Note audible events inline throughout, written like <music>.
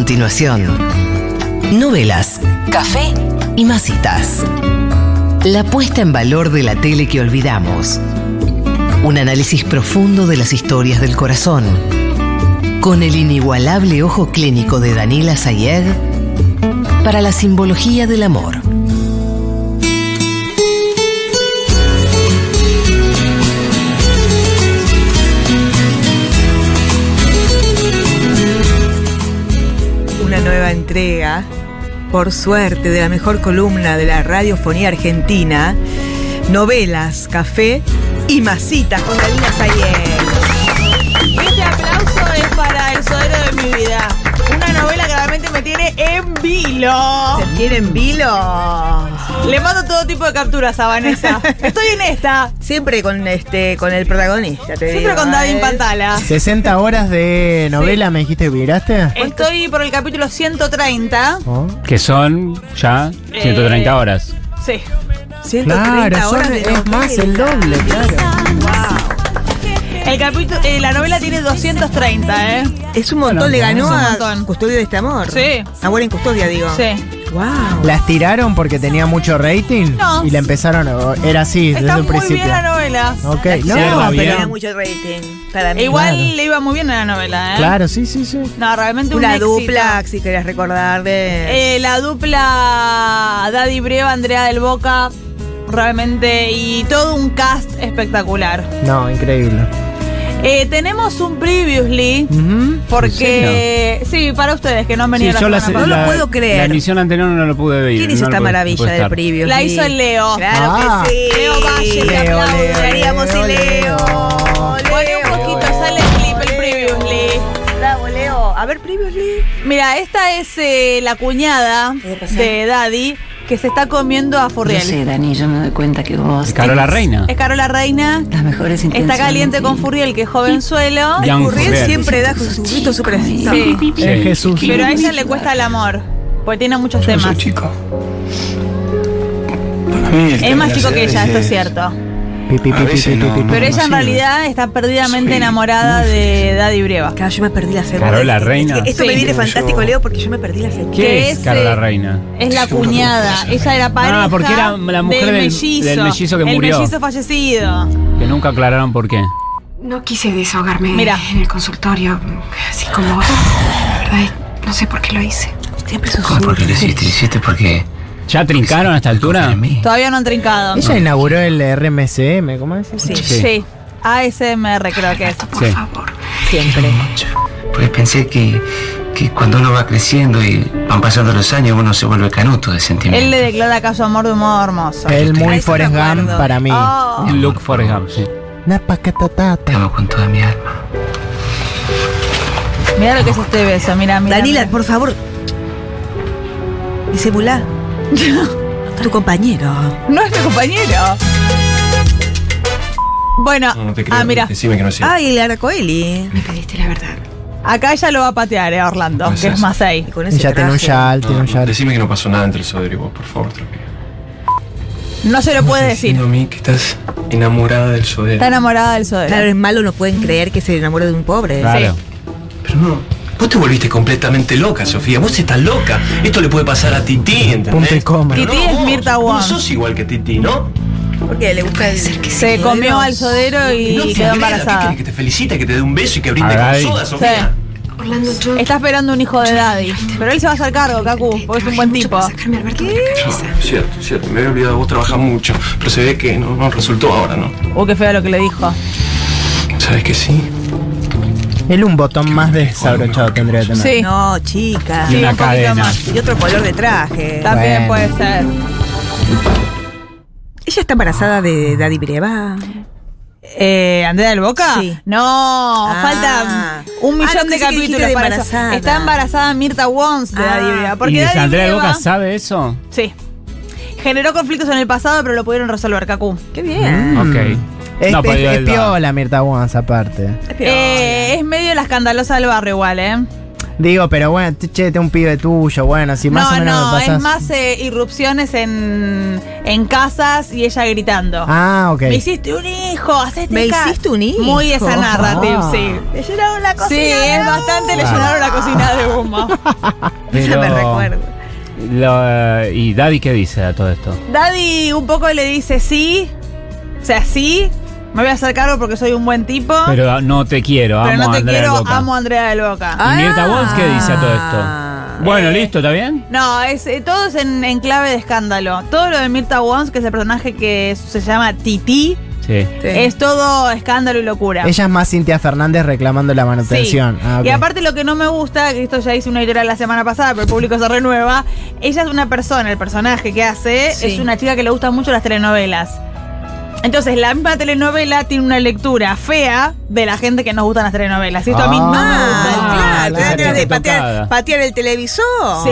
continuación. Novelas, café y masitas. La puesta en valor de la tele que olvidamos. Un análisis profundo de las historias del corazón. Con el inigualable ojo clínico de Daniela Sayed para la simbología del amor. Una nueva entrega, por suerte, de la mejor columna de la radiofonía argentina. Novelas, café y masitas con Dalila Sayed. Este aplauso es para el suero de mi vida. Una novela que realmente me tiene en vilo. ¿Te tiene en vilo? Le mando todo tipo de capturas a Vanessa. Estoy en esta. Siempre con este con el protagonista, te Siempre digo, con David ¿eh? Pantala. 60 horas de novela, me dijiste que miraste. Estoy por el capítulo 130. Oh. Que son ya 130 Eh. horas. Sí. 130 Claro, son- horas de es más el novela. doble, claro. El capítulo, eh, la novela tiene 230, ¿eh? Es un montón, Bueno, le ganó es un a montón. Custodio de este amor. Sí. Amor en Custodia, Ah. digo. Sí. Wow. Las tiraron porque tenía mucho rating No. y la empezaron, a- era así desde Está un muy principio. bien la novela. Ok, no, cierra bien. Era pero, mucho rating para mí. E igual Claro. le iba muy bien a la novela, ¿eh? claro, sí, sí, sí. No, realmente un Una éxito. dupla, si querés recordar de... Eh, la dupla Daddy Breva, Andrea del Boca, realmente, y todo un cast espectacular. No, increíble. Eh, tenemos un previously, Ujú. porque... Sí, para ustedes que no han venido Sí, la yo la- no semana la- lo puedo creer. La emisión anterior no lo pude ver. ¿Quién hizo no lo esta pude- maravilla pude del estar. preview? La hizo el Leo. Claro Ah. que sí. Leo Valle, le Leo, aplaudo. Leo, Haríamos sin Leo, Leo. pasada. Pone un poquito, sale el clip, el previously. Bravo, Leo. A ver, previously. Mira, esta es eh, la cuñada de Daddy que se está comiendo a Yo Furriel. sé, Dani, yo me doy cuenta que vos. Carola tenés Reina. Es Carola Reina. Las mejores intenciones. Está caliente con y- Furriel, que es jovenzuelo. Young Curriel Furriel. siempre da con su grito súper Sí. Sí. Es Jesús. Pero a ella le cuesta el amor. Porque tiene muchos temas. chico. Para mí el Es más terminar chico que ella, cereales esto es cierto. Pi, pi, pi, A veces pi, pi, no, pi, no. pi. Pero ella en sí, realidad está perdidamente Sí, enamorada muy de Daddy Breva. Claro, yo me perdí la segunda. Carola Es que- Reina. es que Esto me Sí. viene Yo- fantástico, Leo, porque yo me perdí la segunda. ¿Qué? ¿Qué es es, Carola eh, Reina? Sí, yo Es la me acuerdo cuñada. de esa Ella era pareja Ah, porque era la mujer del del- mellizo. del mellizo que murió. El mellizo fallecido. Que nunca aclararon por qué. No quise desahogarme Mira. en el consultorio, así como vos. La verdad es que no sé por qué lo hice. Siempre ¿Cómo por qué lo hiciste? ¿Lo hiciste porque ¿Ya trincaron a esta confía altura? en mí? Todavía no han trincado. Ella inauguró el RMCM, ¿cómo es? eso? Sí. Sí. ASMR creo que es. Por Sí. favor. Siempre. Mucho. Porque pensé que, que cuando uno va creciendo y van pasando los años, uno se vuelve canuto de Él sentimiento. le declara acá su amor de un modo hermoso. El Ahí muy se Forrest me acuerdo. Gump para mí. Oh, Look for him, sí. Napacatatata. Te amo con toda mi alma. mira lo que es este beso, mira, mira. Danila, mira. por favor. Disimula. tu compañero. No es mi compañero. Bueno, ah, mira, Ay, el Arcoeli. Me pediste la verdad. acá ella lo va a patear, eh, Orlando, que es más ahí. Y con ese Ella tiene un traje. yal, tiene un yal. Decime que no pasó nada entre el Soder y vos, por favor, tranquilo. No se lo puede decir. Diciendo a mí que estás enamorada del Soder. Está enamorada del Sodero. Claro, es malo, no pueden creer que se enamoró de un pobre. Claro. Pero no. Vos te volviste completamente loca, Sofía. Vos estás loca. Esto le puede pasar a Titi, ¿entendés? Punto y coma. Pero Titi es vos. Mirta Vos Wang. No sos igual que Titi, ¿no? Porque le gusta el... Se comió al Sodero y no te quedó agreda. ¿Qué embarazada. querés, que te felicite, que te dé un beso y que brinde con Ay. soda, Sofía? Orlando, yo. Está esperando un hijo de Daddy. este Pero él se va a hacer cargo, Kaku, porque es un buen tipo. Sacarme a Alberto de la cabeza. No, cierto, cierto. Me había olvidado, vos trabajás mucho. Pero se ve que no, no resultó ahora, ¿no? Uh, qué feo lo que le dijo. ¿Sabes que sí? Él un botón más desabrochado tendría que tener. Sí, No, chica. Y una un poquito cadena. más. Y otro color de traje. También Bueno. puede ser. Ella está embarazada de Daddy Breva. Eh, ¿Andrea del Boca? Sí. No, Ah. faltan un Ah, millón no pensé de que dijiste capítulos de para eso. embarazada. Está embarazada Mirta Wons de Ah. Daddy Breva. Porque ¿Y Daddy Andrea de Breva- Boca sabe eso? Sí. Generó conflictos en el pasado, pero lo pudieron resolver, Kaku. Qué bien. Ok. Es, No, es- pero es el- piola Mirta Wans aparte. Es peor. Eh, es medio la escandalosa del barrio igual, ¿eh? Digo, pero bueno, che, tengo un pibe tuyo, bueno, si más no, o menos no, me pasás. es más eh, irrupciones en, en casas y ella gritando. Ah, ok. Me hiciste un hijo, hacete Me ca-". hiciste un hijo. Muy esa narrativa, Ah. sí. Le llenaron la cocina. Sí, es bastante le llenaron la cocina de <laughs> goma. Ya me recuerdo. lo- ¿Y Daddy qué dice a todo esto? Daddy un poco le dice sí, o sea, sí, me voy a hacer cargo porque soy un buen tipo, pero, Pero ah, no te quiero, amo no a te Andrea quiero, del Boca. amo a Andrea del Boca. ¿Y Mirta Vos qué dice a todo Ah. esto? Bueno, listo, ¿está bien? No, es, eh, todo es en, en clave de escándalo. Todo lo de Mirta Wons, que es el personaje que es- se llama Titi, Sí. Sí. es todo escándalo y locura. Ella es más Cintia Fernández reclamando la Sí. manutención. Ah, ok. Y aparte lo que no me gusta, que esto ya hice una editorial la semana pasada, pero el público se renueva, ella es una persona, el personaje que hace Sí. es una chica que le gustan mucho las telenovelas. Entonces la misma telenovela tiene una lectura fea de la gente que nos gustan las telenovelas. Y esto a mí no me gusta. Ah, Ah, claro, te dan claro. ganas de patear, Tocada. patear el televisor. Sí.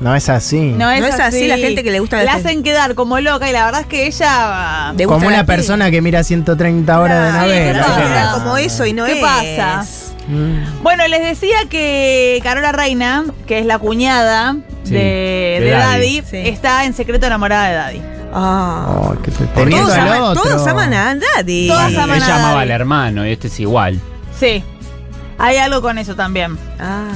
No es así. No es, No es así la gente que le gusta la La tele- hacen quedar como loca y la verdad es que ella... ¿Te gusta Como la una tele? persona que mira 130 horas Claro, de pero novela. no, ¿qué Ah. era pasa? como eso y no ¿Qué es. pasa? Mm. Bueno, les decía que Carola Reina, que es la cuñada Sí, de, de de Daddy. Daddy, Sí. está en secreto enamorada de Daddy. Ah. Oh, que te- teniendo Todos al aman, otro. todos aman a Daddy. Todos Bueno, aman ella a amaba Daddy. al hermano y este es igual. Sí. Hay algo con eso también. Ah.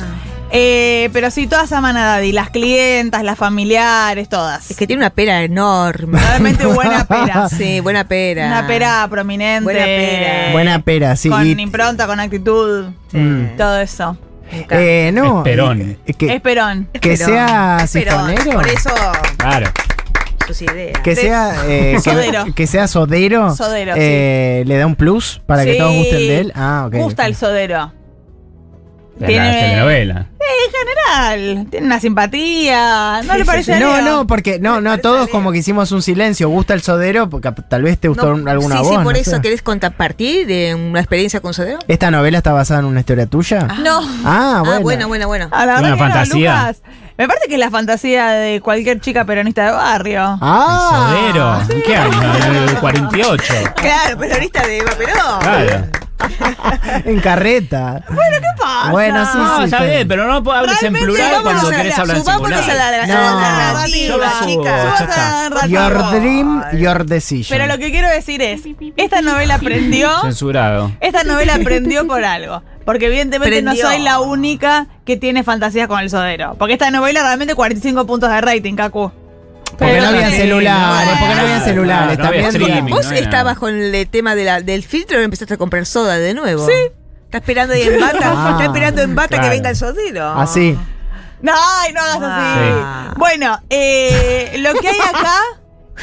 Eh, pero sí, todas aman a Daddy. Las clientas, las familiares, todas. Es que tiene una pera enorme. <laughs> Realmente buena Ah. pera. Sí, buena pera. Una pera prominente. Buena pera. Buena pera, sí. Con y- impronta, con actitud. Mm. Todo eso. eh, no. Esperón. y- Que, Es Perón. que Esperón. sea Esperón. sifonero. Por eso Claro. sus ideas. Que Sí. sea, <laughs> eh, que- Sodero. que sea sodero, Sodero, eh, le da un plus para que Sí. todos gusten de él. Ah, ok. Gusta el sodero. De Tiene- la telenovela. Tal. Tiene una simpatía. No le parece No, algo? no, porque no, no, todos como que hicimos un silencio. Gusta el sodero, porque tal vez te gustó No, alguna sí, voz. sí, por no eso sé. querés compartir de una experiencia con Sodero. ¿Esta novela está basada en una historia tuya? Ah, No. bueno. Ah, bueno, bueno, bueno. A la Una verdad que no, fantasía. Lucas. Me parece que es la fantasía de cualquier chica peronista de barrio. Ah, Sodero. ¿En ¿Qué año? El 48. Claro, peronista de Eva Perón. Claro. en carreta. ¿Qué pasa? Bueno, sí, No, sí. Ah, ya está ves, bien. pero no hables en Realmente, plural vámonos cuando a la- querés hablar en subámonos singular. a la, a No. la Yo narrativa, la subo, chicas. ya está. Your dream, your decision. Pero lo que quiero decir es, esta novela <laughs> aprendió, Censurado. esta novela aprendió por algo. Porque evidentemente Prendió. no soy la única que tiene fantasías con el sodero. Porque esta novela realmente 45 puntos de rating, Cacu. Porque no había sí. celulares, porque no había Bueno. celulares. No, no había también- streaming. Vos no era. estabas con el tema de la- del filtro y empezaste a comprar soda de nuevo. Sí. Está esperando ahí en bata, Ah, está esperando en bata que claro. Ah, venga el sodero. Así. Ah. No, ay, no hagas Ah. así. Bueno, eh, lo que hay acá,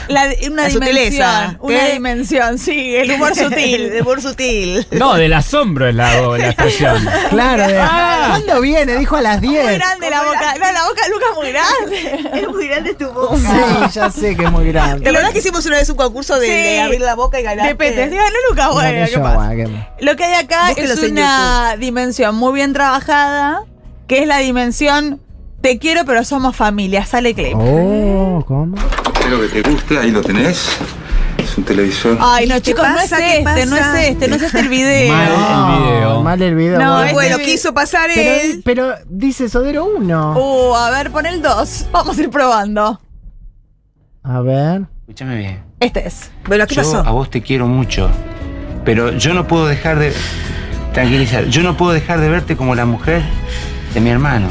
la- una La sutileza, dimensión. Una ¿qué? dimensión, sí, el <laughs> humor El sutil. humor sutil. No, del asombro es la, <laughs> la expresión. Claro. de- Ah. ¿Cuándo viene? Dijo a las Muy 10. grande la boca. No, la boca de Lucas es muy grande. Es muy grande tu voz. Sí, ya sé que es muy ¿Te grande. acordás que hicimos una vez un concurso de, Sí. de abrir la boca y ganar? De pete. Sí, ganó Lucas, bueno, Gané eh, ¿qué yo, pasa? ah, que- Lo que hay acá Búsquelos es en una dimensión muy bien trabajada, que es la dimensión te quiero pero somos familia, sale clip. Oh, ¿cómo? Espero que te guste, ahí lo tenés. Es un televisor. Ay, no, ¿Qué chicos, no es pasa? ¿Qué este, no es pasa? este, no es este el video. <laughs> Ah, Mal el video. Mal el video. No, bueno. es- Bueno, Este- quiso pasar pero, él. pero dice Sodero 1. Uh, a ver, pon el 2. Vamos a ir probando. A ver. Escúchame bien. Este es. Bueno, ¿qué yo pasó? a vos te quiero mucho, pero yo no puedo dejar de... Tranquilizar, yo no puedo dejar de verte como la mujer de mi hermano.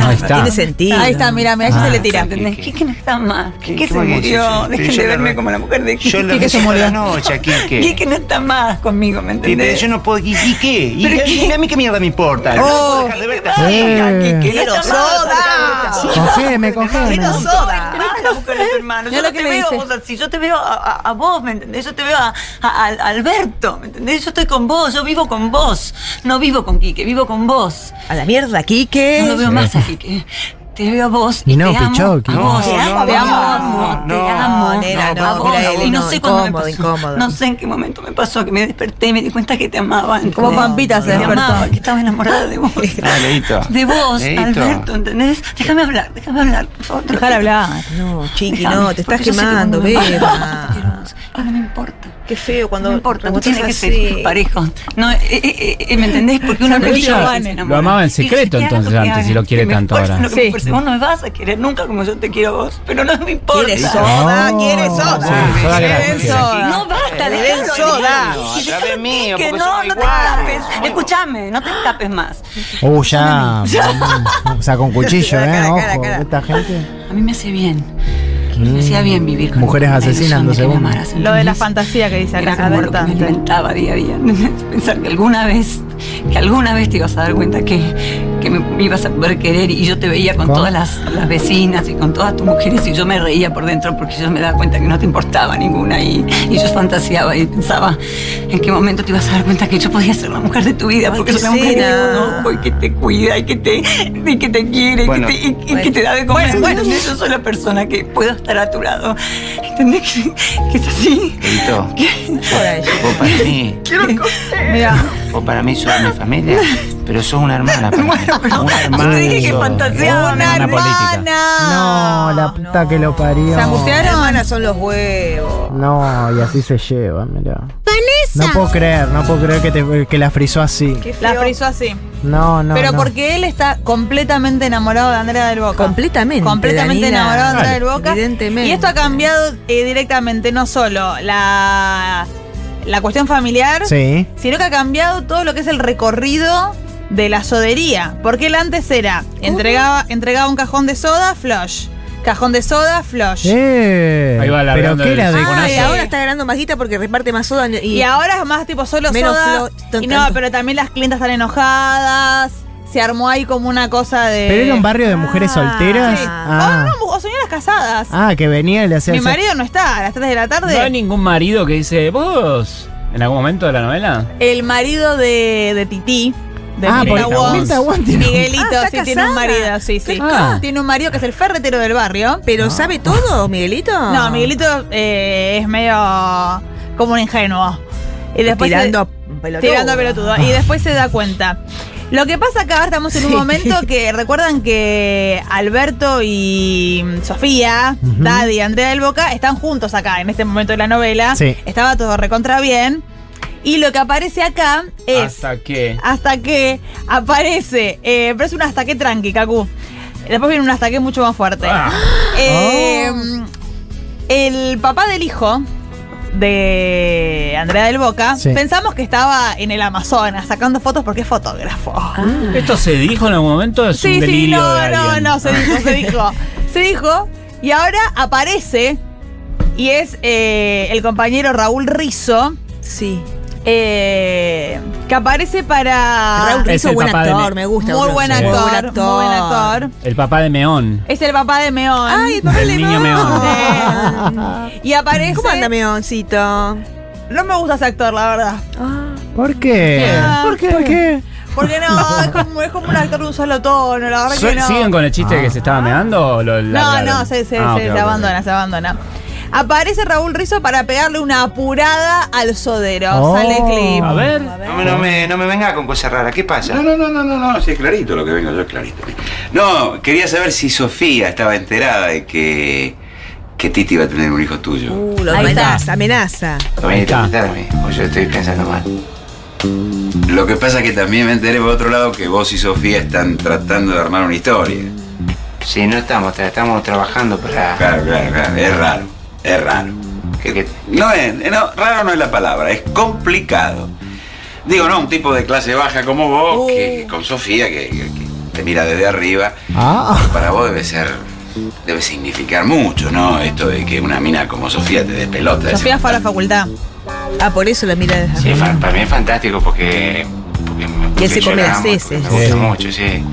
Ahí está. Tiene sentido. Ahí está, mira, mira, allí se le tira. ¿Qué- ¿Entendés? qué- ¿Qué, qué no está más? ¿Qué, qué qué se buena murió? decisión. Dejen Yo de la verme re- como la mujer de Yo lo ¿Qué que se toda la murió? noche aquí, ¿qué? ¿Qué, qué no está más conmigo? ¿Me Sí, pero entendés? yo no puedo. ¿Y, y qué? ¿Y, ¿Pero qué- qué? y a mí qué mierda me importa? No puedo dejar de verte. Eh, ¿Qué no está más? Cogeme, Quiero cogeme. soda. Basta buscar a tu hermano. Yo Mirá no lo te que le veo a dice. vos así. Yo te veo a, a- a vos, ¿me entendés? Yo te veo a, a- a Alberto, ¿me entendés? Yo estoy con vos, yo vivo con vos. No vivo con Quique, vivo con vos. A la mierda, Quique. No lo veo más a Quique. Te veo a vos. Y Y no, te amo, Pichoqui. a vos, No, te amo, no, te no, amo, no, te no, amo. nena, no, a vos. mira, él y no no, sé cuándo me incómodo, pasó. incómodo. No sé en qué momento me pasó que me desperté y me di cuenta que te amaba. ¿entendés? Como Pampita se Te despertó. amaba, que estaba enamorada de vos. Ah, Leito. De vos, Leito. Alberto, ¿entendés? Déjame hablar, déjame hablar, por favor. te lo Dejar pido. hablar. No, Chiqui, Déjame, no, te estás porque yo sé que quemando, cuando me beba. vas, No, no me importa. Qué feo cuando. No importa, no cuando tiene que estás ser así. parejo. No, eh, eh, eh, ¿Me entendés? Porque uno no Pero elige ella cuando se enamora. lo amaba en Y si secreto, te hagas entonces, que antes, hagas, y lo quiere que me tanto fuerzo, ahora. lo que me Sí. fuerzo. Vos no me vas a querer nunca como yo te quiero a vos, pero no me importa. Quiere soda, quiere soda. Sí, soda Quiere gratis. soda. No basta, Ven déjalo. soda. déjalo. No, atrás de mí, Que porque no, somos no te iguales. escapes. Escúchame, no te escapes más. Uh, ya. mm, o sea, con cuchillo, Cara, ¿eh? cara, Ojo, cara. esta gente. A mí me hace bien. Me hacía bien vivir con Mujeres la ilusión asesinándose, de que me vos. amaras, Lo de la ¿entendés? fantasía que dice acá Era es como lo que me importante. alimentaba día a día. <laughs> Pensar que alguna vez, que alguna vez te ibas a dar cuenta que, que me ibas a poder querer y yo te veía con ¿Cómo? todas las, las vecinas y con todas tus mujeres y yo me reía por dentro porque yo me daba cuenta que no te importaba ninguna y, y yo fantaseaba y pensaba en qué momento te ibas a dar cuenta que yo podía ser la mujer de tu vida porque soy la mujer de Cristina. un ojo y que te cuida y que te, y que te quiere Bueno. y, que te, y- y que te da de comer. Bueno, yo soy la persona que puedo estar a tu lado. ¿Entendés que, que es así? Perito, vos para mí, <laughs> Mira, vos para mí sos mi familia, pero sos una hermana para mí. Una Yo hermana. te dije que fantaseaba. Una Nardo. política. No, la puta que lo parió. ¿Se angustiaron? Hermanas son los huevos. No, y así se lleva, mirá. No puedo creer, no puedo creer que, te- que la frizó así. Qué feo. La frizó así. No, no. Pero no. porque él está completamente enamorado de Andrea del Boca. Completamente, Completamente Daniela. enamorado de Andrea Vale. del Boca. Evidentemente. Y esto ha cambiado eh, directamente no solo la, la cuestión familiar, Sí. sino que ha cambiado todo lo que es el recorrido de la sodería. Porque él antes era, entregaba, entregaba un cajón de soda, flush. Cajón de soda, flush. Eh, Ahí va la pero redonda qué del era de saco. Ah, y Bonazo. ahora está ganando más guita porque reparte más soda. Y, Y ahora es más tipo solo Menos soda. flo- y no, tanto. pero también las clientas están enojadas. Se armó ahí como una cosa de. ¿Pero era un barrio de mujeres Ah, solteras? Sí. Ah, Oh, no, o señoras casadas. Ah, que venía y le hacía. Mi hacer- marido no está a las 3 de la tarde. ¿No hay ningún marido que dice, vos, en algún momento de la novela? El marido de, de Titi. De Ah, Mirta porque- Wons. Mirta Wons tiene un- Miguelito, Ah, sí, ¿está tiene casada? un marido, sí, sí. Qué Ah. Tiene un marido que es el ferretero del barrio. ¿Pero sabe todo, Miguelito? No, Miguelito eh, es medio como un ingenuo. Y después se- tirando a pelotudo. Tirando a pelotudo. Y después se da cuenta. Lo que pasa acá, estamos en un momento que recuerdan que Alberto y Sofía, Daddy y Andrea del Boca están juntos acá en este momento de la novela. Sí. Estaba todo recontra bien. Y lo que aparece acá es. Hasta, ¿Hasta qué? que aparece. eh, pero es un hasta que tranqui, Cacu. Después viene un hasta que mucho más fuerte. <laughs> Ah, Eh, El papá del hijo de Andrea del Boca, Sí. pensamos que estaba en el Amazonas sacando fotos porque es fotógrafo. Ah, ¿Esto se dijo en algún momento? o Es un sí, sí, delirio no, de no, alguien? <laughs> no, se dijo, se dijo. Se dijo y ahora aparece y es eh, el compañero Raúl Rizzo Sí. eh, que aparece para... Raúl Es Rizzo, el buen papá de actor, Ne- me gusta. Ah. muy Raúl buen Rizzo. Sí. actor, muy buen actor. El papá de Meón. Es el papá de Meón. Ay, el papá El de niño Meón. Meón. y aparece... ¿Cómo anda Meoncito? No me gusta ese actor, la verdad. Ah. ¿Por qué? ¿Por qué? ¿Por qué? Porque <laughs> no, es como, es como un actor de un solo tono, la verdad Su- que no. Ah. ¿Siguen con el chiste que se estaba meando o lo no, largaron? no, se, se, se- Ah, ok, se ok, ok. abandona, se abandona. Aparece Raúl Rizzo para pegarle una apurada al sodero. Oh. Sale el clip. A ver. No, me- no me, no me venga con cosas raras, ¿qué pasa? No, no, no, no, no, no, sí, es clarito lo que vengo yo, es clarito. No, quería saber si Sofía estaba enterada de que, que Titi iba a tener un hijo tuyo. Uh, lo Ahí amenaza, amenaza. ¿Lo viniste a Ahí preguntarme? ¿O yo estoy pensando mal? Lo que pasa es que también me enteré por otro lado que vos y Sofía están tratando de armar una historia. Sí, no estamos, tra- estamos trabajando para... Claro, claro, claro, es raro, es raro. que- que- No es, no, raro no es la palabra, es complicado. Digo, no, un tipo de clase baja como vos, que con Sofía, que, que- que te mira desde arriba, Ah, para vos debe ser, debe significar mucho, ¿no? Esto de que una mina como Sofía te despelota. de ese Sofía fue a la facultad. Ah, por eso la mira. sí, fa- para mí es fantástico porque... porque me- porque se yo come la las amo, porque heces. Me gusta Sí. mucho, sí.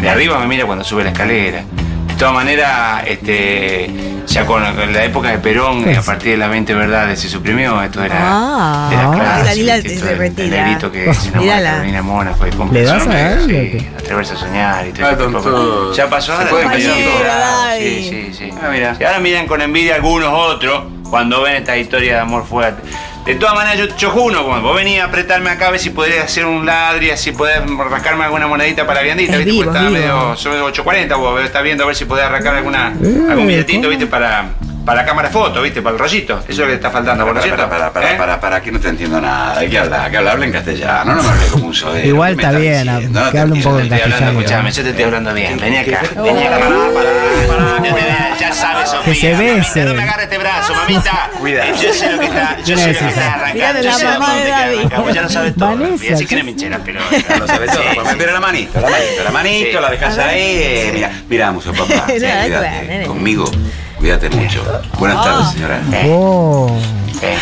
De arriba me mira cuando sube la escalera. De todas maneras, este, ya con con la época de Perón, a partir de las 20 verdades se suprimió, esto era... Ah. era clase, Dalila ¿viste? se Esto del- del retira. negrito que se enamora de Mírala. Carolina Mona, fue como ¿Le que das son a él hombres, o sí, atreverse a soñar y todo Ah, ese tipo de tonto. cosas. Ya pasó, Se ahora puede están callar callando. todo. Ah, Ay. Sí, sí, sí. Ah, mira. Y ahora miran con envidia algunos otros cuando ven esta historia de amor fuerte. De todas maneras, yo, yo juro, cuando vos venís a apretarme acá, a ver si podés hacer un ladri, si podés rascarme alguna monedita para la viandita, Es ¿viste? vivo, Porque es vivo. está Eh, medio, sobre 8.40 vos, estás viendo a ver si podés arrancar alguna, algún billetito, ¿viste? Para, Para la cámara foto, ¿viste? Para el rollito. Eso es lo que está faltando, ¿no Para, es para, cierto? para, para, ¿Eh? para, para, que no te entiendo nada. Hay que hablar, hay que hablar en castellano, no me hables como un sodero. ¿Qué Igual me está estás bien, diciendo? a- No, que hable un tranquilo, poco te en estoy hablando, castellano. escuchame, yo te estoy hablando bien. Vení acá, vení acá, Ah, pará, pará, pará, ya te- Ya sabes, Sofía. Que se Mamita, no me besen. agarres este brazo, mamita. Cuidado. Yo sé lo que está, yo Mira sé lo eso. que está Mirá arrancando. de Yo la sé la mamá dónde de que David. arrancamos, ya lo sabes todo. Vanessa, Así ¿qué que no es- me hinchera, pero. Ya Lo sabes todo, Sí, papá. Mira la manito, la manito, la manito, la dejas ahí. eh, Mira, mira, mucho <laughs> papá. sí, No, cuídate, bueno, Conmigo, cuídate mucho. Buenas tardes, señora. Oh.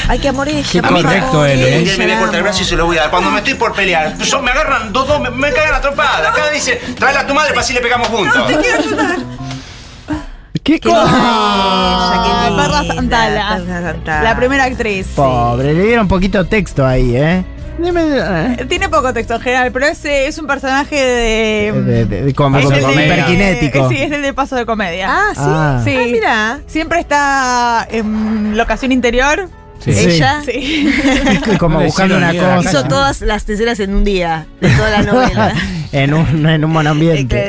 Hay que amor ella, Qué por correcto favor, él, ¿eh? Un ella, día me viene la por el amo. brazo y se lo voy a dar. Cuando me estoy por pelear, son- me agarran dos, dos, me, me cagan atropada. Acá dice, tráela a tu madre para así le pegamos juntos. ¿Qué Ella, cosa? Ah, qué linda, Perla Santala. Perla Santala. La primera actriz. Pobre, le dieron poquito texto ahí, ¿eh? Dime, eh, Tiene poco texto en general, pero ese es un personaje de. de- de- de- como es como el de- hiperkinético. Sí, es el de paso de comedia. Ah, sí. Ah. Sí. Ah, mira. Siempre está en locación interior. Sí. Ella Sí. <laughs> Como No le buscando hicieron una ni a la cosa. hizo Claro. todas las terceras en un día de toda la <laughs> novela. en un <laughs> en un monoambiente.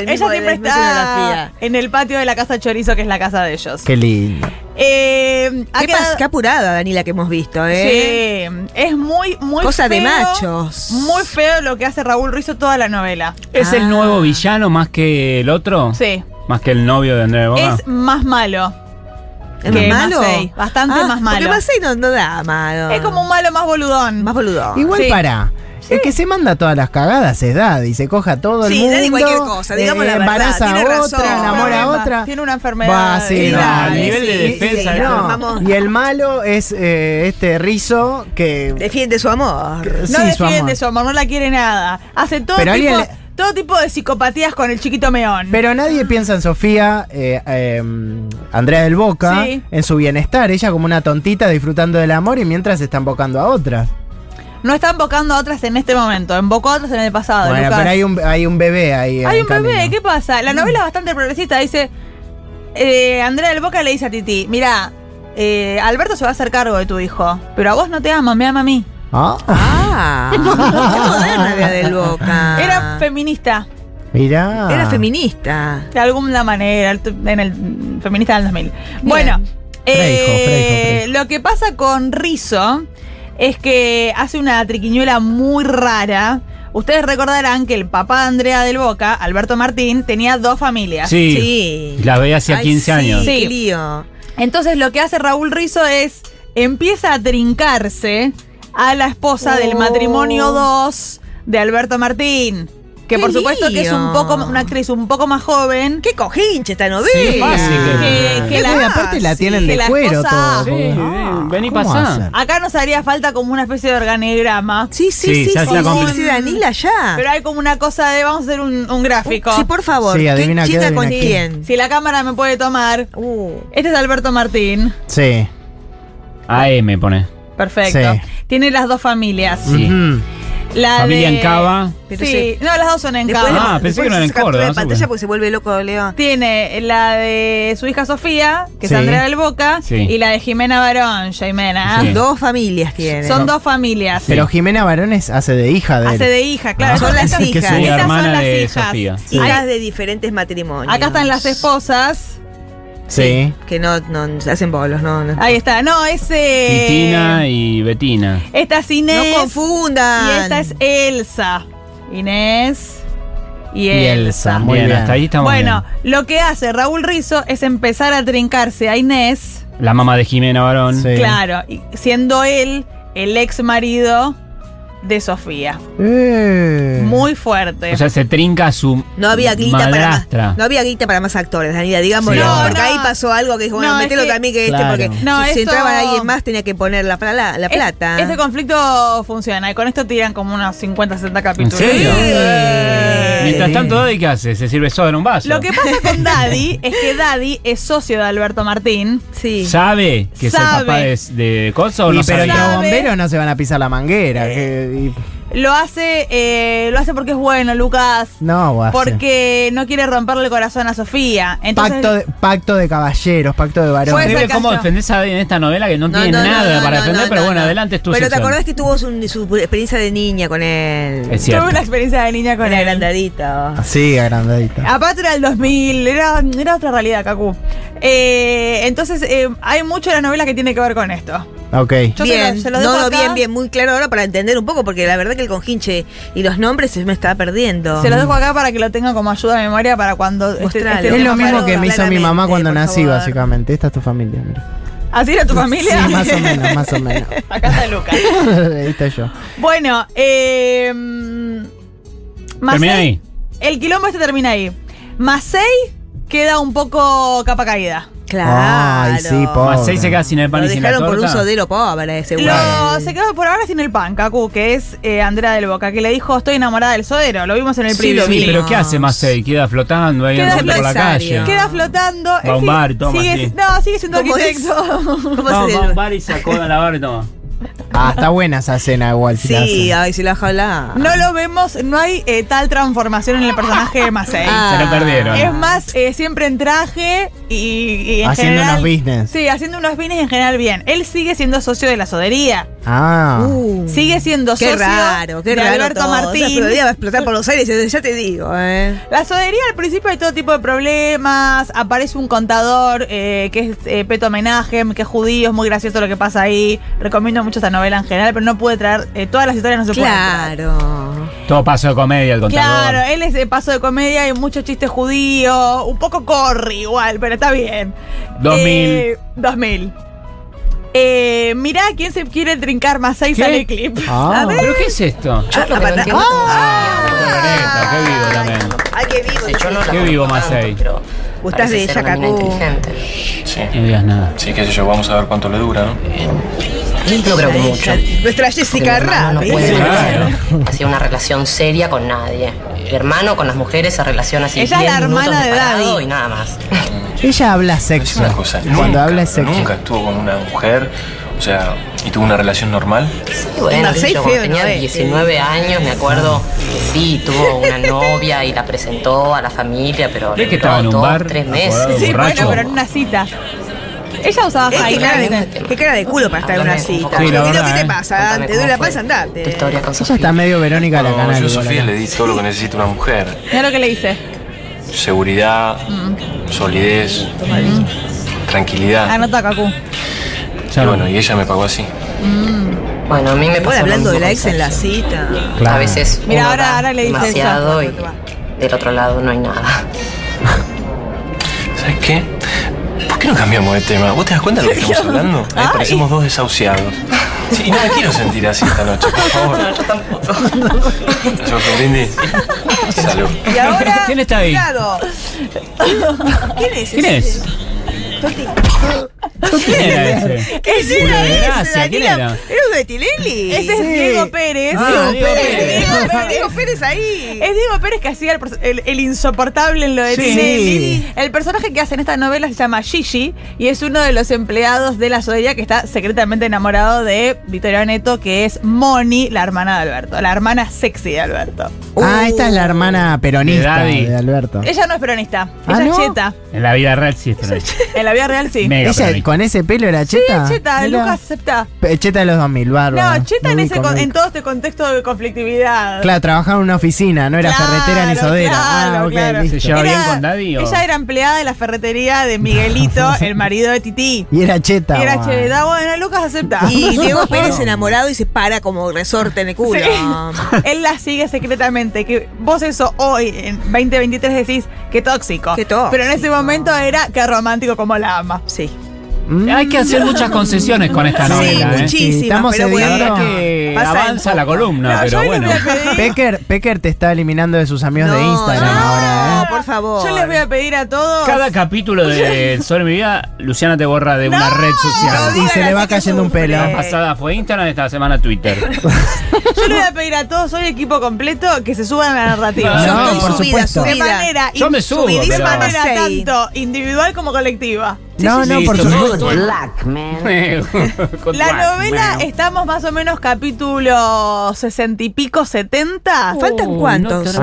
<laughs> El mismo Ella siempre de la escenografía. está en el patio de la casa Chorizo, que es la casa de ellos. Qué lindo. Eh, ha Qué, quedado- pas- qué apurada, Danila, que hemos visto, ¿eh? Sí, es muy, muy Cosa de feo, machos. Muy feo lo que hace Raúl Rizzo toda la novela. ¿Es Ah. el nuevo villano más que el otro? Sí. ¿Más que el novio de Andrea Ah. Boga? Es más malo. ¿Es que más malo? Macei, bastante Ah, más malo. Porque Macei no, no da malo. Es como un malo más boludón. Ah. más boludo. Igual Sí. para. El que se manda todas las cagadas es Daddy, se coja a todo el Sí, mundo. eh, Daddy cualquier cosa, digamos la verdad, Embaraza tiene a razón. otra, enamora a Problema. otra. Tiene una enfermedad. Va, sí, Es no, grave, a nivel sí. de defensa, sí, no. no, vamos. Y el malo es eh, este rizo que. Defiende su amor. Eh, No sí, su defiende amor. su amor, no la quiere nada. Hace todo Pero tipo, alguien todo tipo de psicopatías con el chiquito meón. Pero nadie piensa en Sofía, eh, eh, Andrea del Boca, Sí. en su bienestar. Ella como una tontita disfrutando del amor y mientras está embocando a otras. no está embocando a otras en este momento, embocó a otras en el pasado. bueno, Ah, Lucas. pero hay un, Mm. hay un bebé ahí. Hay en un bebé, camino. ¿qué pasa? La novela es bastante progresista, dice. eh, Andrea del Boca le dice a Titi, mira, Alberto se va a hacer cargo de tu hijo, pero a vos no te ama, me ama a mí. Ah, Ah, qué moderna la del Ah. Boca. Era feminista, mirá. Era feminista. de alguna manera, en el feminista del 2000. Bueno, eh, Freijo, lo que pasa con Rizo es que hace una triquiñuela muy rara. Ustedes recordarán que el papá de Andrea del Boca, Alberto Martín, tenía dos familias. Sí. Sí. La veía hacía Ay, 15 sí, años. Sí. Qué lío. Entonces lo que hace Raúl Rizo es empieza a trincarse a la esposa del Oh. matrimonio 2 de Alberto Martín. Que ¡Qué por supuesto que es un lío! poco una actriz un poco más joven. Qué cojinche esta novela. Sí, fácil. Que- que Qué la- fea, aparte la sí, tienen que de la cuero esposa- todo. Sí, porque- Ah. ven, ven y ¿Cómo pasá. hacen? Acá nos haría falta como una especie de organigrama. Sí, sí, sí, Sí, sí, ya sí, se la compré. sí, Danila, ya. Pero hay como una cosa de vamos a hacer un, un gráfico. Uh, Sí, por favor. Sí, ¿Quién adivina qué, chica adivina con qué. quién? Si la cámara me puede tomar. Uh, Este es Alberto Martín. Sí. AM pone. Perfecto. Sí. Tiene las dos familias. Sí. Mm. Ujú. La Mm. Familia de- en Cava. Pero Sí. No, las dos son en después Cava. le- Ah, pensé después que no era en se captura Córdoba, de no sé por pantalla qué. porque se vuelve loco León. Tiene la de su hija Sofía, que Sí. es Andrea del Boca, Sí. y la de Jimena Barón, Jimena. Sí. Dos familias tiene. Son dos familias. Pero Jimena Barones hace de hija de él. Hace de hija, claro. Ah. Son Son las las Que es hijas. hijas. una Estas son hermana las de hijas. Sofía. Hijas de diferentes matrimonios. Acá están las esposas. Sí. Que no, no se hacen bolos, no. no. Ahí está. No, es. eh, Y Tina y Betina. Esta es no Inés. confundan. y esta es Elsa. Inés y, Y Elsa, Elsa. Ah, muy bien, bien. hasta ahí estamos. Bueno, lo que hace Raúl Rizo es empezar a trincarse a Inés. bien. La mamá de Jimena Barón. Sí. Claro, y siendo él el ex marido de Sofía. Eh. Muy fuerte. O sea, se trinca a su No había guita para madrastra. más, no había guita para más actores, Danila, digámoslo, Sí. No, porque no. ahí pasó algo que dijo, bueno, No, es metelo que- también que este, Claro. porque si, No, si esto- entraba alguien más tenía que poner la, la, la Es- plata. este conflicto funciona y con esto tiran como unos 50, 60 capítulos. ¿En serio? Eh. Mientras tanto, Dodi, ¿qué hace? Se sirve soda en un vaso. Lo que pasa <laughs> con Daddy es que Daddy es socio de Alberto Martín. sí. ¿Sabe que es Sabe. el papá de, de Coso o Y no pero sabe? los ¿Sabe? bomberos no se van a pisar la manguera. que- y- Lo hace, eh, lo hace porque es bueno, Lucas. no, guau. Porque no quiere romperle el corazón a Sofía. Entonces, Pacto de, pacto de caballeros, pacto de Puede varones. ser Increíble cómo Casio. defendés a Daddy en esta novela que no, No, tiene no, no, nada no, para no, defender, no, pero no, bueno, no. adelante es tu Pero te sección. acordás que tuvo su, su experiencia de niña con él. Es tuve cierto. una experiencia de niña con Era él. Ah, agrandadito. Sí, agrandadita. Aparte era el 2000, era, era otra realidad, Cacu. Eh, entonces, eh, hay mucho de la novela que tiene que ver con esto. Ok. Ah. Yo se bien, lo- se lo dejo no, no, acá. bien, bien, muy claro ahora para entender un poco, porque la verdad que el conjinche y los nombres se me está perdiendo. Se lo dejo acá para que lo tengan como ayuda de memoria para cuando este- Mostralo. este Es Es tema lo mismo salga. que me hizo mi mamá cuando por nací, favor. básicamente. Esta es tu familia, mira. ¿Así era tu familia? Sí, más o menos, más o menos. <laughs> acá está Lucas. Ahí está yo. Bueno, eh, Macei- Termina ahí. El quilombo este termina ahí. Masei queda un poco capa caída. Claro. Ay, sí, pobre. Más seis se queda sin el pan Lo y sin la dejaron por un torta. sodero pobre, seguro. Lo, se quedó por ahora sin el pan, Kaku, que es eh, Andrea del Boca, que le dijo estoy enamorada del sodero. Lo vimos en el Sí, preview. lo vi. Sí, pero ¿qué hace más seis? Queda flotando ahí Queda andando por la empresario. calle. Queda flotando. a un sigue- bar y toma, sigue- sí. No, sigue siendo ¿Cómo es? arquitecto. ¿Cómo No, se va a llama? un bar y se acoda a la barra y toma. Ah, está buena esa cena igual. si la Sí, hacen. ay, si la jala. <laughs> No lo vemos, no hay eh, tal transformación en el personaje de Masei. Ah. Se lo perdieron. Es más, eh, siempre en traje y, y en Haciendo general- unos business. Sí, haciendo unos business en general bien. Él sigue siendo socio de la sodería. Ah. Uh, Sigue siendo qué socio raro, qué de raro. Alberto todo. Martín. O sea, pero el día va a explotar por los aires, ya te digo, ¿eh? La sodería al principio hay todo tipo de problemas, aparece un contador eh, que es eh, Peto Homenaje, que es judío, es muy gracioso lo que pasa ahí, recomiendo mucho esta novela en general, pero no pude traer, eh, todas las historias no se pueden traer. Claro. Todo paso de comedia el contador. Claro, él es de paso de comedia, hay muchos chistes judíos, un poco corri igual, pero está bien. 2000. Eh, 2000. Eh, mirá quién se quiere trincar más ahí ¿Qué? sale el clip. Ah. ¿Pero qué es esto? Ah, para- Ah. Beretta, qué vivo también. Ay, qué vivo. Qué vivo más seis. Gustás de ella, Cacú. Sí, No digas nada. sí, qué sé yo, vamos a ver cuánto le dura, ¿no? No creo que mucho. Nuestra Jessica Mi hermano Rabbit. No puede Sí, hacer claro. así una relación seria con nadie. Mi hermano con las mujeres se relaciona así. Ella es 10 la hermana minutos de separado Daddy. Y nada más. Ella habla sexo. Una cosa, Cuando nunca, habla es sexo. nunca estuvo con una mujer, o sea, y tuvo una relación normal. Y bueno, Marcel qué sé yo, cuando feo, tenía ¿no ves? 19 años, me acuerdo que sí, tuvo una novia y la presentó a la familia, pero ¿Ves le que estaba en un duró dos, bar? tres Acordado. meses. Sí, borracho. bueno, pero en una cita. Ella usaba Eh, qué, cara Highlander. de, qué cara de culo para estar en una cita. Sí, la Pero, verdad, ¿Qué te eh. pasa? Contame Dante? cómo duele la fue paz, andate. Tu historia con Ella está Sofía. medio Verónica la No, canal. yo a igual Sofía acá. le di todo lo que necesita una mujer. Mira lo que le hice. Seguridad, Mm. solidez, Mm. tranquilidad. Anota Kaku. Ya Y no. bueno, y ella me pagó así. Bueno, a mí me Bueno, pasó hablando lo mismo de la con ex en Sergio. la cita. Claro. A veces Mira, uno ahora- da ahora le dices eso. demasiado y del otro lado no hay nada. <laughs> ¿Sabes qué? ¿Por qué no cambiamos de tema? ¿Vos te das cuenta de lo que estamos hablando? Ahí parecemos dos desahuciados. Sí, y no me quiero sentir así esta noche, por favor. Yo tampoco. un brindis? Salud. Y ahora. ¿Quién está ahí? Cuidado. ¿Quién es? ¿Quién es? ¿Quién era ese? ¿Qué es Julio de Gracia, ¿quién era? ¿Era un de Tilelli? Ese es Diego Pérez. Ah, Diego Pérez. Diego Pérez. Diego Pérez ahí. Es Diego Pérez que hacía el, pers- el- el insoportable en lo de Sí. Tinelli. El personaje que hace en esta novela se llama Gigi y es uno de los empleados de la sodería que está secretamente enamorado de Vittorio Neto, que es Moni, la hermana de Alberto, la hermana sexy de Alberto. Ah, esta es la hermana peronista De Daddy. de, Alberto. Ella no Uh. es peronista, Ah, ella ¿no? es cheta. En la vida real sí está. En la vida real sí. Mega ¿Ella peronista. con ese pelo era cheta? Sí, cheta, Mira. Lucas acepta. Pe- Cheta de los 2000, bárbaro. No, cheta en, Lo ese ubico, con- lo en ubico. todo este contexto de conflictividad. Claro, trabajaba en una oficina, no era Claro, ferretera ni sodera. claro, ah, ok, claro. listo. Se llevaba bien con Daddy o- Ella era empleada de la ferretería de <laughs> Miguelito, el marido de Titi. Y era cheta. Y era guau. chévere. Bueno, Lucas acepta. Y Diego Pérez enamorado y se para como resorte en el culo. Sí. Él la sigue secretamente. Que vos eso hoy, en 2023, decís que tóxico. Qué tóxico. Pero en ese momento era que romántico como la ama. Sí. Mm. Hay que hacer muchas concesiones con esta Sí, novela. ¿eh? muchísimas. Estamos pero bueno, La cediendo. verdad que Pasa el avanza la columna, No, yo pero hoy bueno. les voy a pedir- Ah, Pecker, Pecker te está eliminando de sus amigos de Instagram no, ahora, ¿eh? por favor. Yo les voy a pedir a todos. Cada capítulo de El Sol de mi vida, Luciana te borra de una red No social. Y se digan le va así que cayendo un sufre. pelo. La pasada fue Instagram, esta semana Twitter. Yo le voy a pedir a todos, hoy equipo completo, que se suban a la narrativa. No, Estoy por subida, supuesto. de subida. manera, Yo me subo, de pero- manera Sí. tanto individual como colectiva. No, no, por <laughs> Listo, supuesto. Con La Juan. novela Bueno. estamos más o menos capítulo sesenta y pico, setenta. ¿Faltan cuántos? Ah,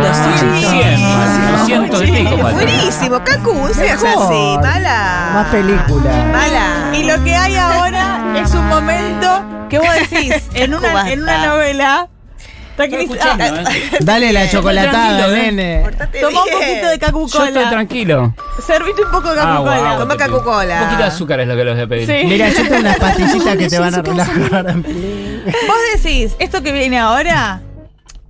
100, 200 y pico faltan. Buenísimo, Cacu, no seas Mejor. así, mala. Más película. Mala. Y lo que hay ahora es un momento que vos decís en una, en una novela. Está Cris- ¿eh? ah, Dale la chocolatada, Tranquilo, ¿eh? nene. Toma un poquito de Yo estoy cacucola. tranquilo. Servite un poco de Ah, cacucola. Toma guau, te pido. cacucola. Un poquito de azúcar es lo que les voy a pedir. Sí. Mira, yo tengo <laughs> unas pastillitas que te van a relajar. Vos decís, esto que viene ahora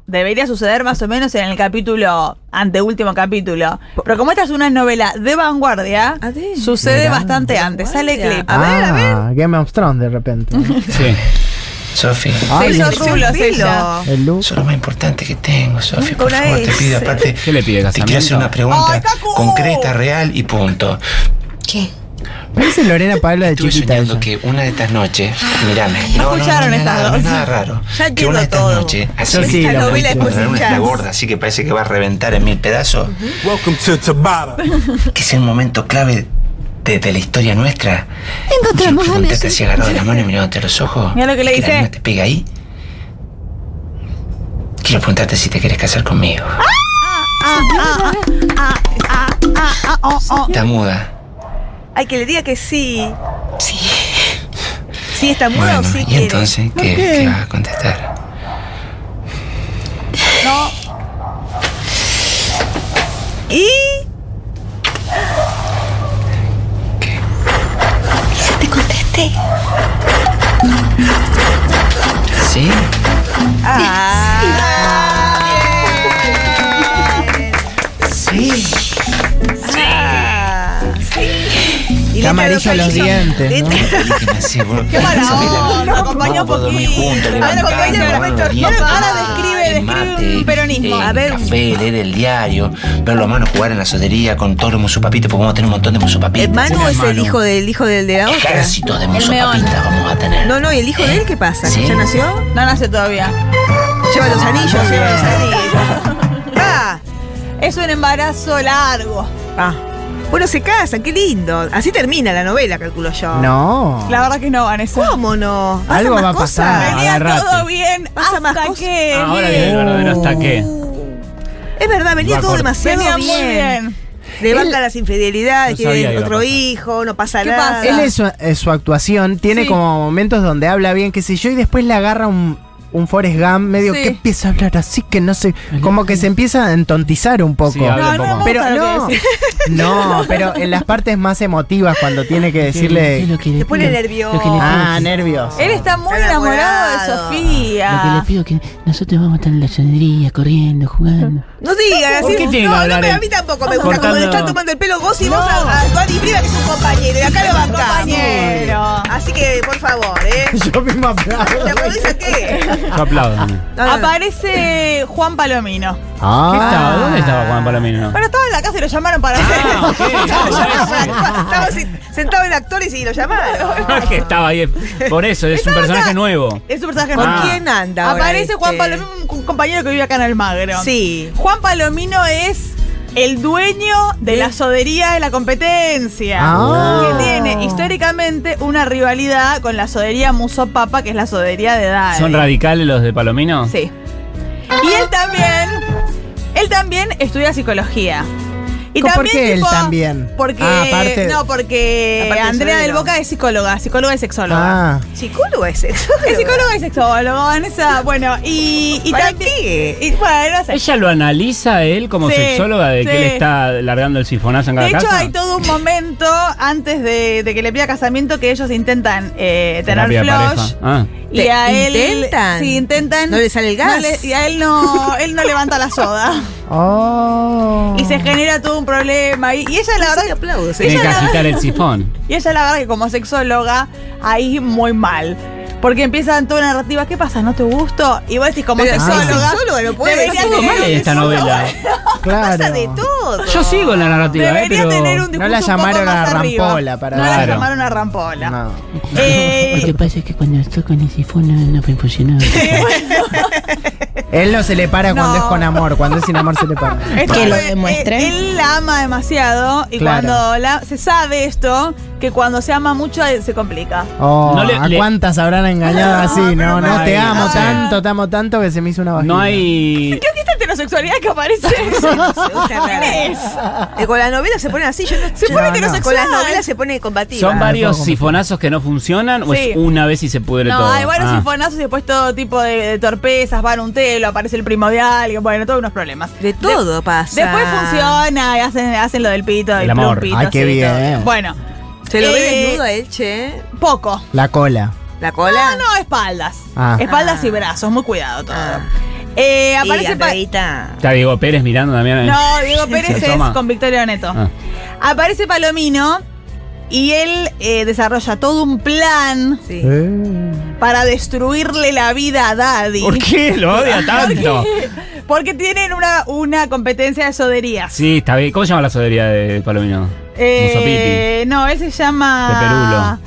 debería suceder más o menos en el capítulo, anteúltimo capítulo. Pero como esta es una novela de vanguardia, sucede bastante antes. Sale clip. A ver, a ver. ah, Game of Thrones de repente. Sí. Sofi. Ay, Se hizo Dios. rulo, se hizo. El look. Eso es lo más importante que tengo, Sofi. Por Una favor, te S. pido, aparte. ¿Qué le pide Te quiero hacer casamiento? una pregunta concreta, real y punto. ¿Qué? Parece Lorena Pablo de Estuve chiquita soñando ella. que una de estas noches, mirame, No no, no, no, escucharon no es estas nada, no es dos. nada raro. Ya que entiendo una de estas todo. noches, así Yo sí la una novela escuché. una escuchás. está gorda, así que parece que va a reventar en mil pedazos. Que es el momento clave de, de la historia nuestra. Encontramos a Preguntaste Messi. así agarrado de la mano y mirándote a los ojos. Mira lo que le la dice. luna te pega ahí. Quiero preguntarte si te quieres casar conmigo. Ah, ah, ah, ah, ah, ah, oh, oh. Está muda. Ay, que le diga que sí. Sí. Sí, está muda o Bueno, sí y quiere. entonces, ¿qué, Ok. qué vas a contestar? No. Y. Ya te contesté. ¿Sí? Sí. Y Está amarillo los dientes, ¿no? Qué mala onda, acompañó un Vamos a dormir poquito. juntos, A ver, levantarnos, acompañó un vamos a momento. dormir. Ahora ah, describe, describe mate, un peronismo. eh, A ver, café, leer el diario, verlo a mano jugar en la sotería con todos los musupapitos, porque vamos a tener un montón de musupapitos. Manu Una es el mano. hijo del hijo del de la otra. Ejército de musupapitas vamos a tener. No, no, ¿y el hijo de él qué pasa? Sí. ¿Ya nació? no nace todavía. Lleva los anillos, lleva los anillos. Ah, es un embarazo largo. Ah. Bueno, se casan, qué lindo. Así termina la novela, calculo yo. No. La verdad que no, Vanessa. ¿Cómo no? ¿Pasan Algo más va a cosas? pasar. Venía agarrate. todo bien hasta que... Ahora viene el verdadero hasta qué. Es verdad, venía Va todo corto. demasiado Venía muy bien. bien. Le Él- banca las infidelidades, Yo sabía que tiene iba a otro pasar. hijo, no pasa ¿Qué nada. pasa? Él es su, es su actuación, tiene Sí. como momentos donde habla bien, qué sé yo, y después le agarra un, un Forrest Gump medio Sí. que empieza a hablar así que no sé, como que se empieza a entontizar un poco. Sí, habla No, un poco no, más. pero Vamos a lo no, que <laughs> no, pero en las partes más emotivas cuando tiene que decirle... Te pone nervioso. Ah, nervios. Él está muy Está enamorado enamorado. de Sofía. pido que nosotros vamos a estar en la sanadería corriendo, jugando. No digas, ¿Por así. qué tiene que no, no, hablar pero a él? mí tampoco me gusta. Como Cortando- le están tomando el pelo vos y vos a, a tu Ani Briva, que es un compañero. Y acá lo bancamos. Compañero. Así que, por favor, ¿eh? <laughs> <laughs> Yo mismo aplaudo. ¿Te acordás a qué? Yo aplaudo. No, no, no. <laughs> Aparece Juan Palomino. Ah. ¿Qué estaba? ¿Dónde estaba Juan Palomino? Pero estaba en la casa y lo llamaron para Ah, ok. No, ya Estaba sen- sentado en actores y lo llamaron. <laughs> es- no es que estaba ahí. Por eso, es un personaje nuevo. Es un personaje ¿Con nuevo. quién anda ahora Aparece Juan este? Palomino, un compañero que vive acá en Almagro. <laughs> Sí. Juan Palomino es el dueño de la sodería de la competencia. Ah. Que tiene históricamente una rivalidad con la sodería Musopapa, que es la sodería de edad. ¿Son radicales los de Palomino? Sí. Y él también. Él también estudia psicología. Y ¿Por también, qué él tipo, también? Porque. Ah, aparte- no, porque Aparte de Andrea del sobrino. Boca es psicóloga, psicóloga y sexóloga. Ah, Psicólogo es eso. Es psicóloga y sexóloga, Vanessa. Bueno, y, y ¿Para también. qué? y bueno, no sé. ¿Ella lo analiza a él como Sí, sexóloga de sí. que él está largando el sifonazo en De cada hecho, casa? hay todo un momento antes de, de que le pida casamiento que ellos intentan eh, tener Terapia de flush. pareja. Ah. Y a él. ¿Intentan? Sí, intentan. ¿No le sale el gas? No le- y a él no, él no levanta la soda. oh. Y se genera todo un problema. Y, y ella, la verdad. aplausos. ella Tiene que la- agitar <laughs> el sifón. Y ella, la verdad, que como sexóloga, ahí muy mal. Porque empiezan toda una narrativa. ¿Qué pasa? ¿No te gusto? Y vos decís, como Pero Ah. sexóloga, sexóloga. sexóloga no puede Debería ser. Todo tener mal en un esta discurso- novela. claro. Pasa de todo. Yo sigo en la narrativa, eh, Debería pero... tener un discurso No la un poco llamaron a más arriba. Rampola para No la Claro. llamaron a Rampola. No. Eh, <laughs> Lo que pasa es que cuando estoy con el sifón no, no fue <laughs> funcionado. Él no se le para cuando No. es con amor, cuando es sin amor se le para. Esto Que lo fue- demuestre. eh, Él, la ama demasiado y Claro. cuando la- se sabe esto, que cuando se ama mucho eh, se complica. Oh, No le- ¿A le- cuántas habrán engañado así? No, no, no, te no, amo no. tanto, te amo tanto que se me hizo una vagina. No hay... ¿Qué esta heterosexualidad que aparece. ¿Quién es? Eh, con la novela se ponen así. Yo no, Se yo- pone Con heterosexual. las novelas se pone combativa. ¿Son varios sifonazos que no funcionan o Ah, Sí. es una vez y se pudre No, todo? hay varios Ah. sinfonazos y después todo tipo de, de torpezas, van un telo, aparece el primordial, y bueno, todos unos problemas. De todo pasa. Después funciona y hacen, hacen lo del pito, El el amor. plumpito, Ay, qué sí, bien. todo. Bueno. ¿Se lo ve eh, desnudo a él, che? Poco. La cola. ¿La cola? Ah, No, no, espaldas. Ah. Espaldas y brazos, muy cuidado todo. Ah. Eh, aparece pa- Está Diego Pérez mirando también. ¿eh? No, <laughs> Diego Pérez Se es toma. con Victoria Neto. Ah. Aparece Palomino y él eh, desarrolla todo un plan Eh. para destruirle la vida a Daddy. ¿Por qué lo <laughs> odia tanto? Porque, porque tienen una, una competencia de soderías. Sí, está bien. ¿Cómo se llama la sodería de Palomino? Musopiti. Eh, no, él se llama.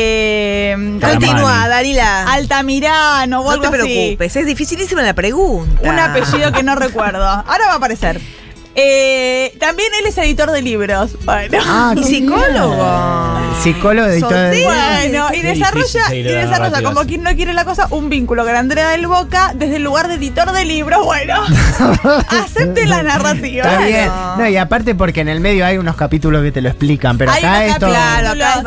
Eh, Calamari. Continúa, Danila. Altamirano o No algo te así. preocupes, es dificilísima la pregunta. Un Ah. apellido que no recuerdo. Ahora va a aparecer. Eh, también él es editor de libros. Bueno. Ah, <laughs> y qué psicólogo. Psicólogo de todo el- Bueno, y Qué difícil desarrolla, y seguir la desarrolla narrativa como así. quien no quiere la cosa, un vínculo con Andrea del Boca desde el lugar de editor de libros. <laughs> Bueno, acepten la narrativa. Está bien. No, y aparte porque en el medio hay unos capítulos que te lo explican, pero Hay acá unos es todo. capítulos. va, Ella- va,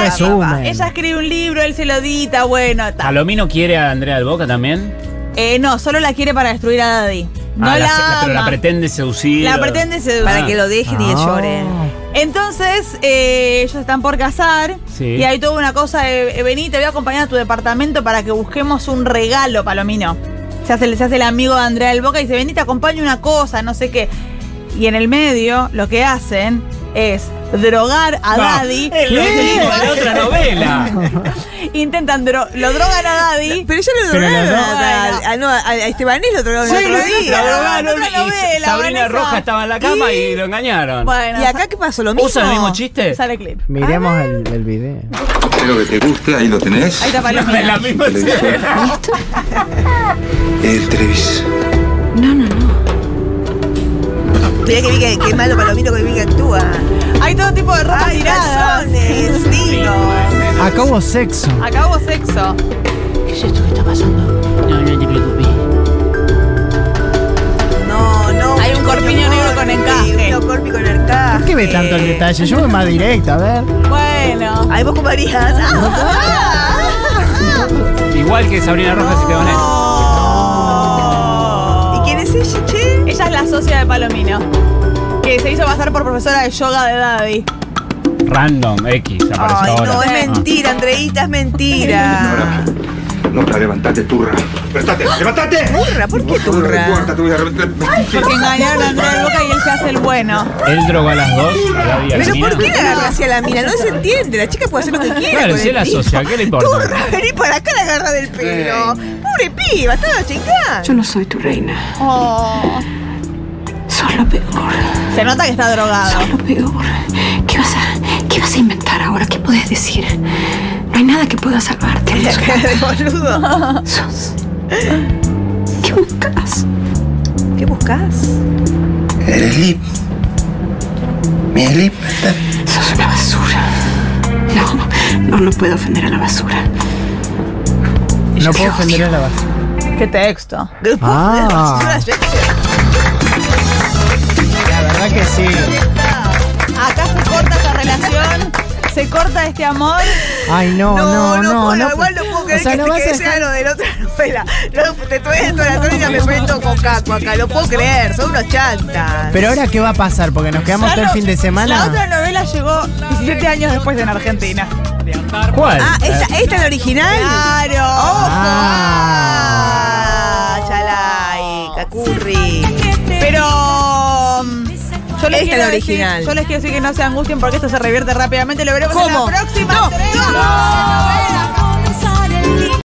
resumen. va, va. Ella escribe un libro, él se lo edita, bueno, ta. ¿Palomino quiere a Andrea del Boca también? Eh, no, solo la quiere para destruir a Daddy. No Ah, la, ama. pero la pretende seducir. La pretende seducir. Para que lo dejen Ah. y llore. Entonces, eh, ellos están por casar. Sí. Y hay toda una cosa de, eh, vení, te voy a acompañar a tu departamento para que busquemos un regalo, Palomino. Se hace, se hace el amigo de Andrea del Boca y dice, vení, te acompaño una cosa, no sé qué. Y en el medio, lo que hacen es drogar a <laughs> No, Daddy. es lo mismo de la otra novela. <laughs> Intentan, dro- lo drogan a Daddy. <laughs> Pero ya lo Pero drogaron. lo a- a- Ah, no, a, a Estebanés lo drogaron el otro día. y Sabrina Roja estaba en la cama y lo engañaron. <laughs> ¿Y acá qué pasó? ¿Lo mismo? ¿Usa el mismo chiste? Sale clip. Miremos el, el video. Espero que te guste, ahí lo tenés. <laughs> Ahí está Palomino. No, es la misma escena. ¿Listo? El televisor. No, no, no. Mirá que vi que, que malo palomito que vi que actúa. Hay todo tipo de ropa Ay, tirada. calzones, lindo. Acá hubo sexo. Acá hubo sexo. ¿Qué es esto que está pasando? No, no te preocupes. No, no. Hay un corpiño negro con encaje. Un corpi con encaje. ¿Por qué ve tanto el detalle? Yo voy más directa, a ver. Bueno. Ahí vos Ah. comparías. Igual que Sabrina Roja se quedó en eso. ¿Y quién es ella, che? Ella es la socia de Palomino. Que se hizo pasar por profesora de yoga de Daddy. Random X apareció Ay, ahora. no, es Ah. mentira, Andreita, es mentira. Turra, levantate, turra. Levantate, levantate. Turra, ¿por qué turra? Corta, te voy a reventar. Porque engañaron a Andrea del Boca y él se hace el bueno. Él drogó a las dos. a la vida Pero mina. ¿por qué la agarra hacia la mina? No se entiende, la chica puede hacer lo que quiera. Claro, con si el él tipo. asocia, ¿qué le importa? Turra, vení para acá la agarra del pelo. Pobre piba, estaba chingada. Yo no soy tu reina. Oh. Sos lo peor. Se nota que está drogado. Sos lo peor. ¿Qué vas a, qué vas a inventar ahora? ¿Qué puedes decir? No hay nada que pueda salvarte. La Sos- cara de <laughs> boludo. Sos. ¿Qué buscas? ¿Qué buscas? El slip. Mi slip. Sos una basura. No, no, no puedo ofender a la basura. No puedo ofender a la base. Qué texto. Ah, la verdad que sí. Acá se corta esta relación. Se corta este amor. Ay, no, no, no. puedo, no, igual no puedo creer o sea, que no te vas a quedes dejar- lo de la otra novela. No, te tuve esto de la tónica, me meto con caco acá, lo puedo creer, son unos chantas. Pero ahora, ¿qué va a pasar? Porque nos quedamos Ya todo el no- fin de La otra semana. novela llegó 17 años después en Argentina. ¿Cuál? Ah, esta, esta es la original. Claro. Ah, Chalai, Cacurri. Pero. mm, Yo les, Esta quiero es la decir- original. yo les quiero decir que no se angustien porque esto se revierte rápidamente. Lo veremos en ¿Cómo? la próxima No, entrega. no.